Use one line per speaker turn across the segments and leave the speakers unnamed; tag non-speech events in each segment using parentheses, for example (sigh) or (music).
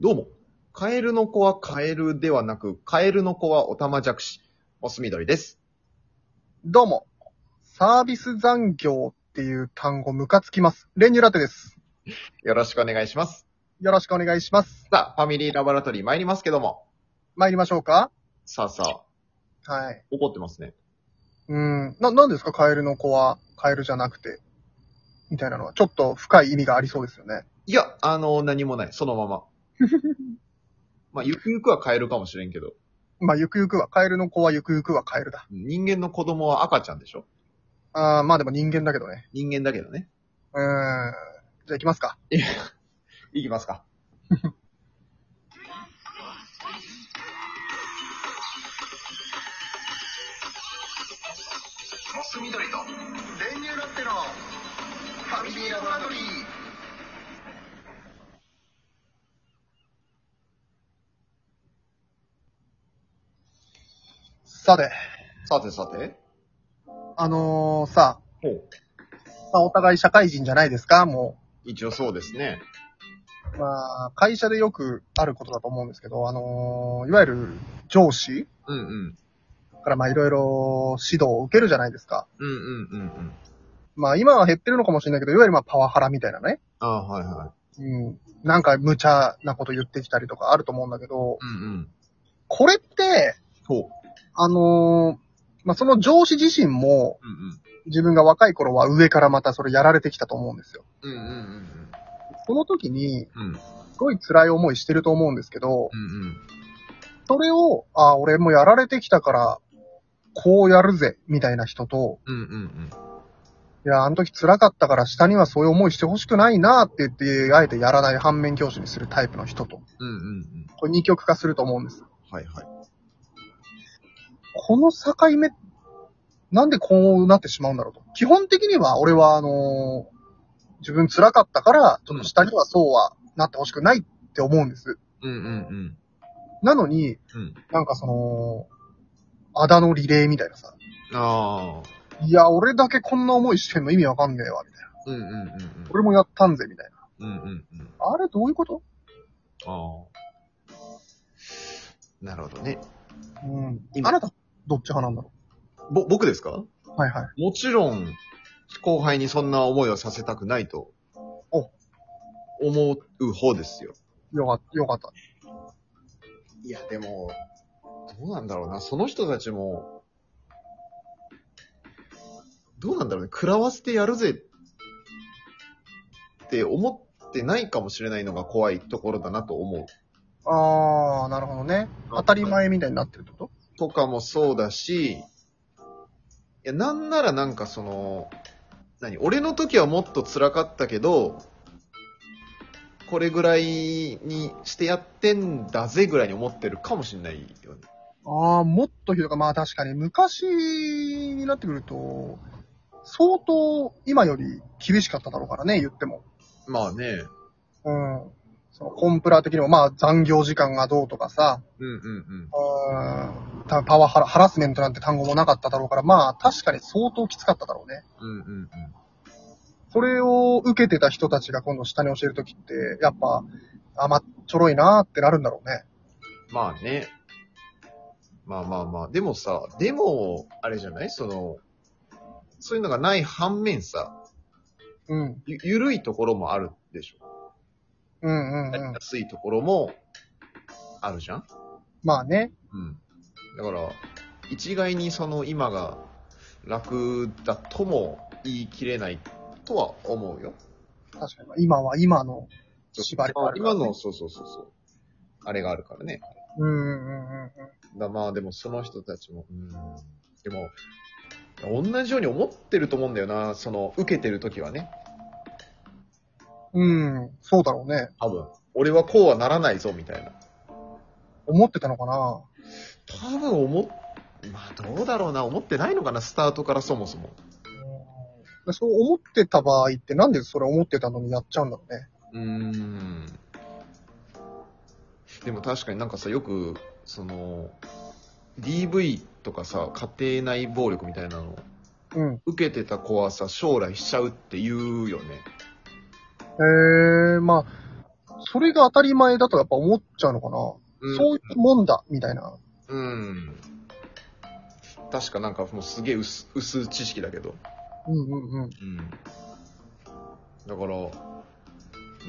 どうも。カエルの子はカエルではなく、カエルの子はオタマジャクシ、モスミドリです。
どうも。サービス残業っていう単語ムカつきます。練乳ラテです。
よろしくお願いします。
よろしくお願いします。
さあ、ファミリーラバラトリー参りますけども。
参りましょうか
さあさあ、
はい。
怒ってますね。
うん。な、なんですかカエルの子はカエルじゃなくて。みたいなのは、ちょっと深い意味がありそうですよね。
いや、あの、何もない。そのまま。まあ、ゆくゆくはカエルかもしれんけど、
まあ、ゆくゆくは、カエルの子はゆくゆくはカエルだ。
人間の子供は赤ちゃんでしょ
あーまあでも人間だけどね。
人間だけどね。
うーん。じゃあ行きますか。
いきますか。
モス緑と練乳ラテのファミリーラボラトリー。さて、
さてさて。
あのー、さ、
ほう。
まあ、お互い社会人じゃないですか、も
一応そうですね。
う。まあ、会社でよくあることだと思うんですけど、あのー、いわゆる上司
うんうん。
からまあいろいろ指導を受けるじゃないですか。
うんうんうんうん。
まあ今は減ってるのかもしれないけど、いわゆるまあパワハラみたいなね。
ああ、はいはい。
うん。なんか無茶なこと言ってきたりとかあると思うんだけど、
うんうん。
これって、
ほう。
あのーまあその上司自身も
うんうん。
自分が若い頃は上からまたそれやられてきたと思うんですよ。
うんうん
その時に、
うんうん。うん
すごい辛い思いしてると思うんですけど、
うんうん。
それを、あ、俺もやられてきたから、こうやるぜ、みたいな人と、
うんうんうん。
いや、あの時辛かったから下にはそういう思いしてほしくないなって言って、あえてやらない反面教師にするタイプの人と、
うんうんうん。
これ二極化すると思うんです。
はいはい。
この境目、なんでこうなってしまうんだろうと。基本的には俺は、あのー自分辛かったから、ちょっと下にはそうはなってほしくないって思うんです。
うんうんうん。
なのに、
うん。
なんかその、あだのリレーみたいなさ、
ああ。
いや、俺だけこんな思いしてんの意味わかんねえわ、みたいな。
うんうんうんうん。
俺もやったんぜ、みたいな。
うんうんうん。
あれ、どういうこと
ああ。なるほどね。
うん。
今
あなた、どっち派なんだろ
ぼ、僕ですか
うはいはい。
もちろん、後輩にそんな思いをさせたくないと。
お
思う方ですよ。
よかった、よかった。
いや、でも、どうなんだろうな。その人たちも、どうなんだろうね。食らわせてやるぜって思ってないかもしれないのが怖いところだなと思う。
あー、なるほどね。当たり前みたいになってるってこと
とかもそうだし、いや、なんならなんかその、何俺の時はもっと辛かったけど、これぐらいにしてやってんだぜぐらいに思ってるかもしれないよね。
あー、もっとひどいか。まあ確かに、昔になってくると、相当今より厳しかっただろうからね、言っても。
まあね。
うん。そのコンプラ的にも、まあ残業時間がどうとかさ、
うんうんうん。
うん、たパワハラ、ハラスメントなんて単語もなかっただろうから、まあ確かに相当きつかっただろうね。
うんうんうん。
それを受けてた人たちが今度下に教えるときって、やっぱ甘っちょろいなーってなるんだろうね。
まあね。まあまあまあ。でもさ、でも、あれじゃないその、そういうのがない反面さ、
うん。
ゆ、ゆるいところもあるでしょ。
うんうんうん。
安いところも、あるじゃん
まあね。
うん。だから、一概にその今が楽だとも言い切れないとは思うよ。
確かに。今は今の縛りがある
今
からね
の、そうそうそうそう。あれがあるからね。
うんうんうんうん。
だまあでもその人たちも、うん。でも、同じように思ってると思うんだよな、その、受けてる時はね。
うん、そうだろうね。
多分。俺はこうはならないぞ、みたいな。
思ってたのかな
多分思っ、まあどうだろうな、思ってないのかな、スタートからそもそも。
うんそう思ってた場合ってなんでそれ思ってたのにやっちゃうんだろうね。
うーん。でも確かになんかさ、よく、その、DV とかさ、家庭内暴力みたいなの、
うん。
受けてた子はさ、将来しちゃうって言うよね。
へえー、まあ、それが当たり前だとやっぱ思っちゃうのかな。
うん、
そういうもんだ、みたいな。
うん。確かなんかもうすげえ薄、薄知識だけど。
うんうんうん。
うん。だから、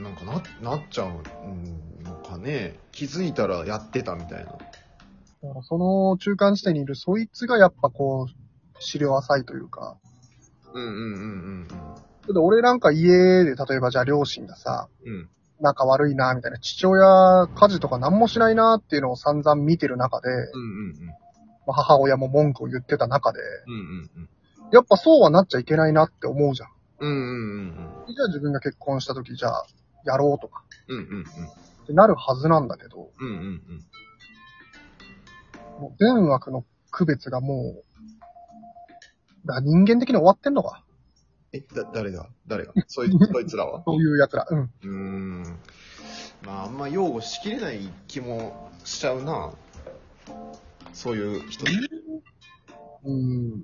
なんかな、なっちゃうのかね。気づいたらやってたみたいな。
だからその中間地点にいるそいつがやっぱこう、資料浅いというか。
うんうんうん
だって俺なんか家で、例えばじゃあ両親がさ、
うんうん。
仲悪いな、みたいな、父親家事とか何もしないなっていうのを散々見てる中で、
うんうんうん。
まあ母親も文句を言ってた中で、
うんうん
やっぱそうはなっちゃいけないなって思うじゃん。
うん。うんうんうんうん。
じゃあ自分が結婚した時、じゃあやろうとか、
うんうんうん。
ってなるはずなんだけど、
うんうんうん。
もう善悪の区別がもう、だから人間的に終わってんのか。
え、だ、誰が誰がそい (laughs) そいつらは
そういう奴ら。うん。
うーん。まあ、あんま擁護しきれない気もしちゃうな。そういう人。
うん。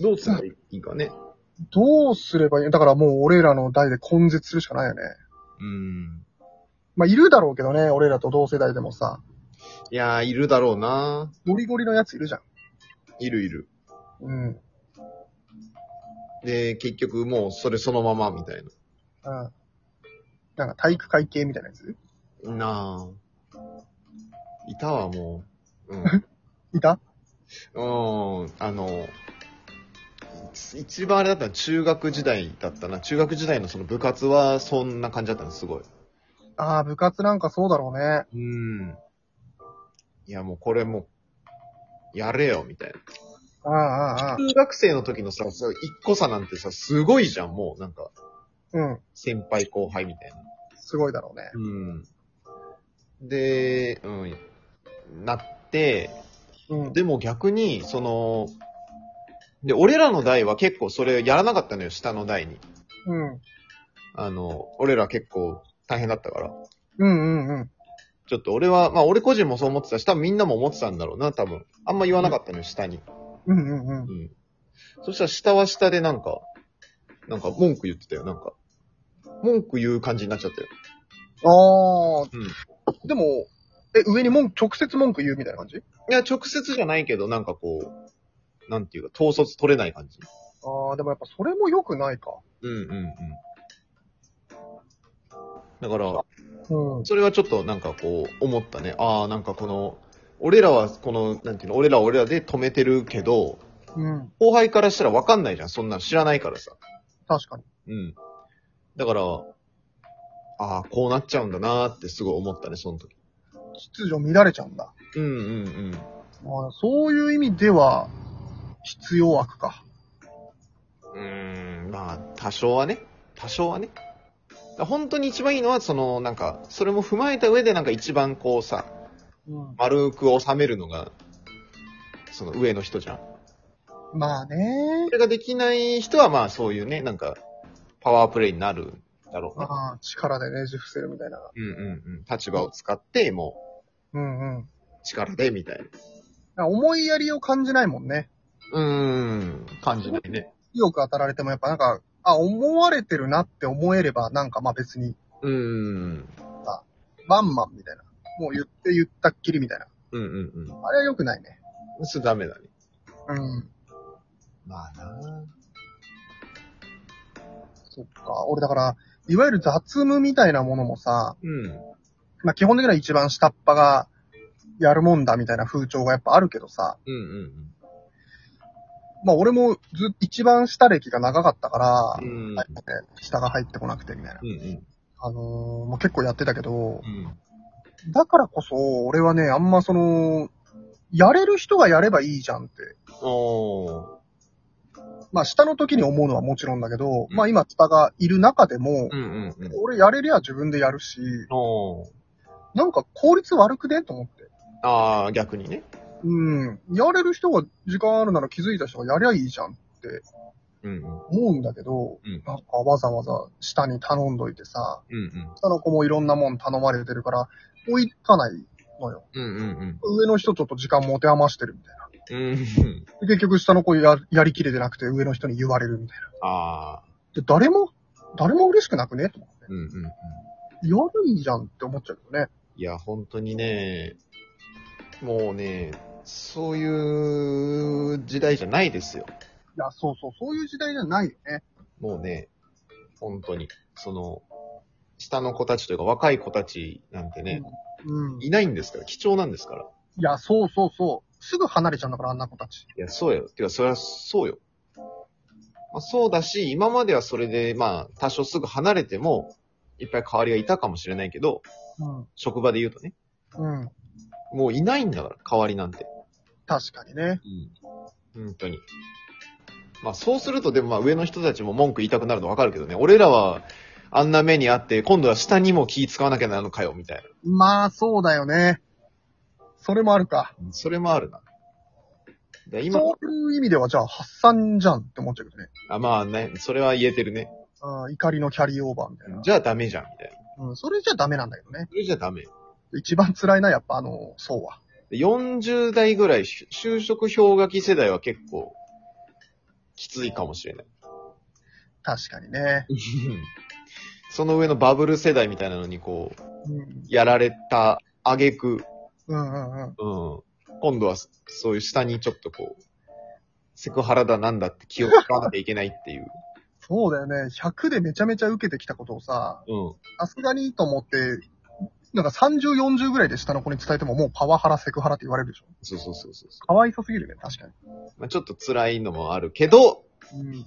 どうすればいいかね。
どうすればいいだからもう俺らの代で根絶するしかないよね。
うーん。
まあ、いるだろうけどね、俺らと同世代でもさ、
いやー、いるだろうな。
ゴリゴリのやついるじゃん。
いるいる。
うん。うん。
で、結局もうそれそのままみたい
なんか体育会系みたいなやつ
な。なあ。いたわ、もう。うん。う
いた
ーん。あの、い一番あれだったのは中学時代だったな。中学時代のその部活はそんな感じだったの、すごい。
ああ、部活なんかそうだろうね。
うん。いや、もうこれもう、やれよ、みたいな。
ああ、ああ、ああ。
中学生の時のさ、そう一個差なんてさ、すごいじゃん、もう、なんか、
うん。
先輩後輩みたいな。
すごいだろうね。
うん。で、うん、なって、
うん。
でも逆に、その、で、俺らの代は結構それやらなかったのよ、下の代に。
うん。
あの、俺ら結構大変だったから。
うんうんうん。
ちょっと俺は、まあ俺個人もそう思ってたし、多分みんなも思ってたんだろうな、多分。あんま言わなかったのよ、下に。
うんうんうん。
うん。そしたら下は下でなんか、なんか文句言ってたよ、なんか。文句言う感じになっちゃったよ。
ああ、
うん。
でも、え、上に文句、直接文句言うみたいな感じ
いや、直接じゃないけど、なんかこう、なんていうか、統率取れない感じ。
ああ、でもやっぱそれも良くないか。
うんうんうん。だから、
うん。
それはちょっとなんかこう、思ったね。ああ、なんかこの、俺らはこの、なんていうの、俺らは俺らで止めてるけど、
うん。
後輩からしたらわかんないじゃん。そんなの知らないからさ。
確かに。
うん。だから、ああ、こうなっちゃうんだなーってすごい思ったね、その時。
秩序乱れちゃうんだ。
うんうんうん。
ああそういう意味では、必要悪か。
うーん、まあ、多少はね。多少はね。だから本当に一番いいのは、その、なんか、それも踏まえた上で、なんか一番こうさ、
うん。
丸く収めるのが、その上の人じゃん。
まあね
そ。れができない人は、まあそういうね、なんか、パワープレイになるんだろうな。
ああ、力でねじ伏せるみたいな。
うんうんうん。立場を使って、も
うんうん。
う、力で、みたいな。
思いやりを感じないもんね。
うーん、感じないね。
強く当たられてもやっぱなんか、あ、思われてるなって思えれば、なんかまあ別に、
うーん。
ワンマンみたいな。もう言って言ったっきりみたいな。
うんうんうん。
あれは良くないね。
それダメだね。
うん。
まあな
そっか。俺だから、いわゆる雑務みたいなものもさ、
うん。
まあ基本的には一番下っ端がやるもんだみたいな風潮がやっぱあるけどさ、
うんうん
まあ俺もず、一番下歴が長かったから
う、ん。うん。
入って下が入ってこなくてみたいな。
うんうん。
あのー、もう結構やってたけど
う、ん。
だからこそ、俺はね、あんまその、やれる人がやればいいじゃんって。
おー。
まあ、下の時に思うのはもちろんだけど、
うん
まあ今、ツタがいる中でも、
うんうんうん。
俺やれりゃ自分でやるし、
おー。
なんか効率悪くねと思って。
ああ、逆にね。
うん。やれる人が時間あるなら気づいた人がやりゃいいじゃん。
うんうん。
思うんだけど、
うん
なんかわざわざ下に頼んどいてさ、
うん
下の子もいろんなもん頼まれてるから、追いつかないのよ。
うん。うんうん
上の人ちょっと時間持て余してるみたいな。
うん。うん。
で結局下の子ややりきれてなくて上の人に言われるみたいな。
ああ。
で、誰も誰も嬉しくなくねと思って。
うんうんうん。
言われいいじゃんって思っちゃうけどね。
いや、本当にね、もうね、そういう時代じゃないですよ。
いや、そうそう、そういう時代じゃないよね。
もうね、本当に。その、下の子たちというか若い子たちなんてね、
うん。い
いないんですから、貴重なんですから。い
や、そうそうそう。すぐ離れちゃうんだから、あんな子たち。
や、そうよ。てか、そりゃそうよ。まあ、そうだし、今まではそれで、まあ、多少すぐ離れても、いっぱい代わりがいたかもしれないけど、
うん。
職場で言うとね、
うん。
もういないんだから、代わりなんて。
確かにね。
うん。本当に。まあそうすると、でもまあ上の人たちも文句言いたくなるのわかるけどね。俺らはあんな目にあって、今度は下にも気使わなきゃなのかよ、みたい
まあ、そうだよね。それもあるか。
な。それもあるな。で今、
そういう意味では、じゃあ、発散じゃんって思っちゃうけどね。
あまあね、それは言えてるね。
うん、怒りのキャリーオーバーみたいな。
じゃあダメじゃん、みたいな。
うん、それじゃダメなんだけどね。
それじゃダメ。
一番辛いな、やっぱあの、そうは。
で40代ぐらい、就就職氷河期世代は結構、きついかもしれない。
確かにね。
その上のバブル世代みたいなのにこう、
うん。
やられた挙句、
うんうんうん。
うん。今度はそ、そういう下にちょっとこう、セクハラだなんだって気を使わなきゃいけないっていう。
そうだよね。100でめちゃめちゃ受けてきたことをさ、
うん。
さすがにいいと思って、なんか30、40ぐらいで下の子に伝えてももうパワハラ、セクハラって言われるでしょ。
そうそうそうそうそ
かわいそすぎるね、確か
う。まあ、ちょっと辛いのもあるけど、
に。うん。ち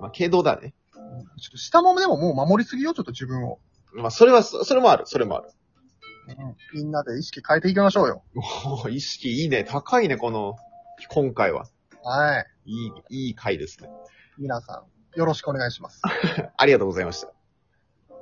まあ、けどだね。
ょっと下もでももう守りすぎよ、ちょっと自分を。
まあ、それは、そそれもある、それもある。
うん。みんなで意識変えていきましょうよ。
おー (laughs) 意識いいね。高いね、この、今回は。
はい。
いい、いい回ですね。
皆さん、よろしくお願いします。
ありがとうございました。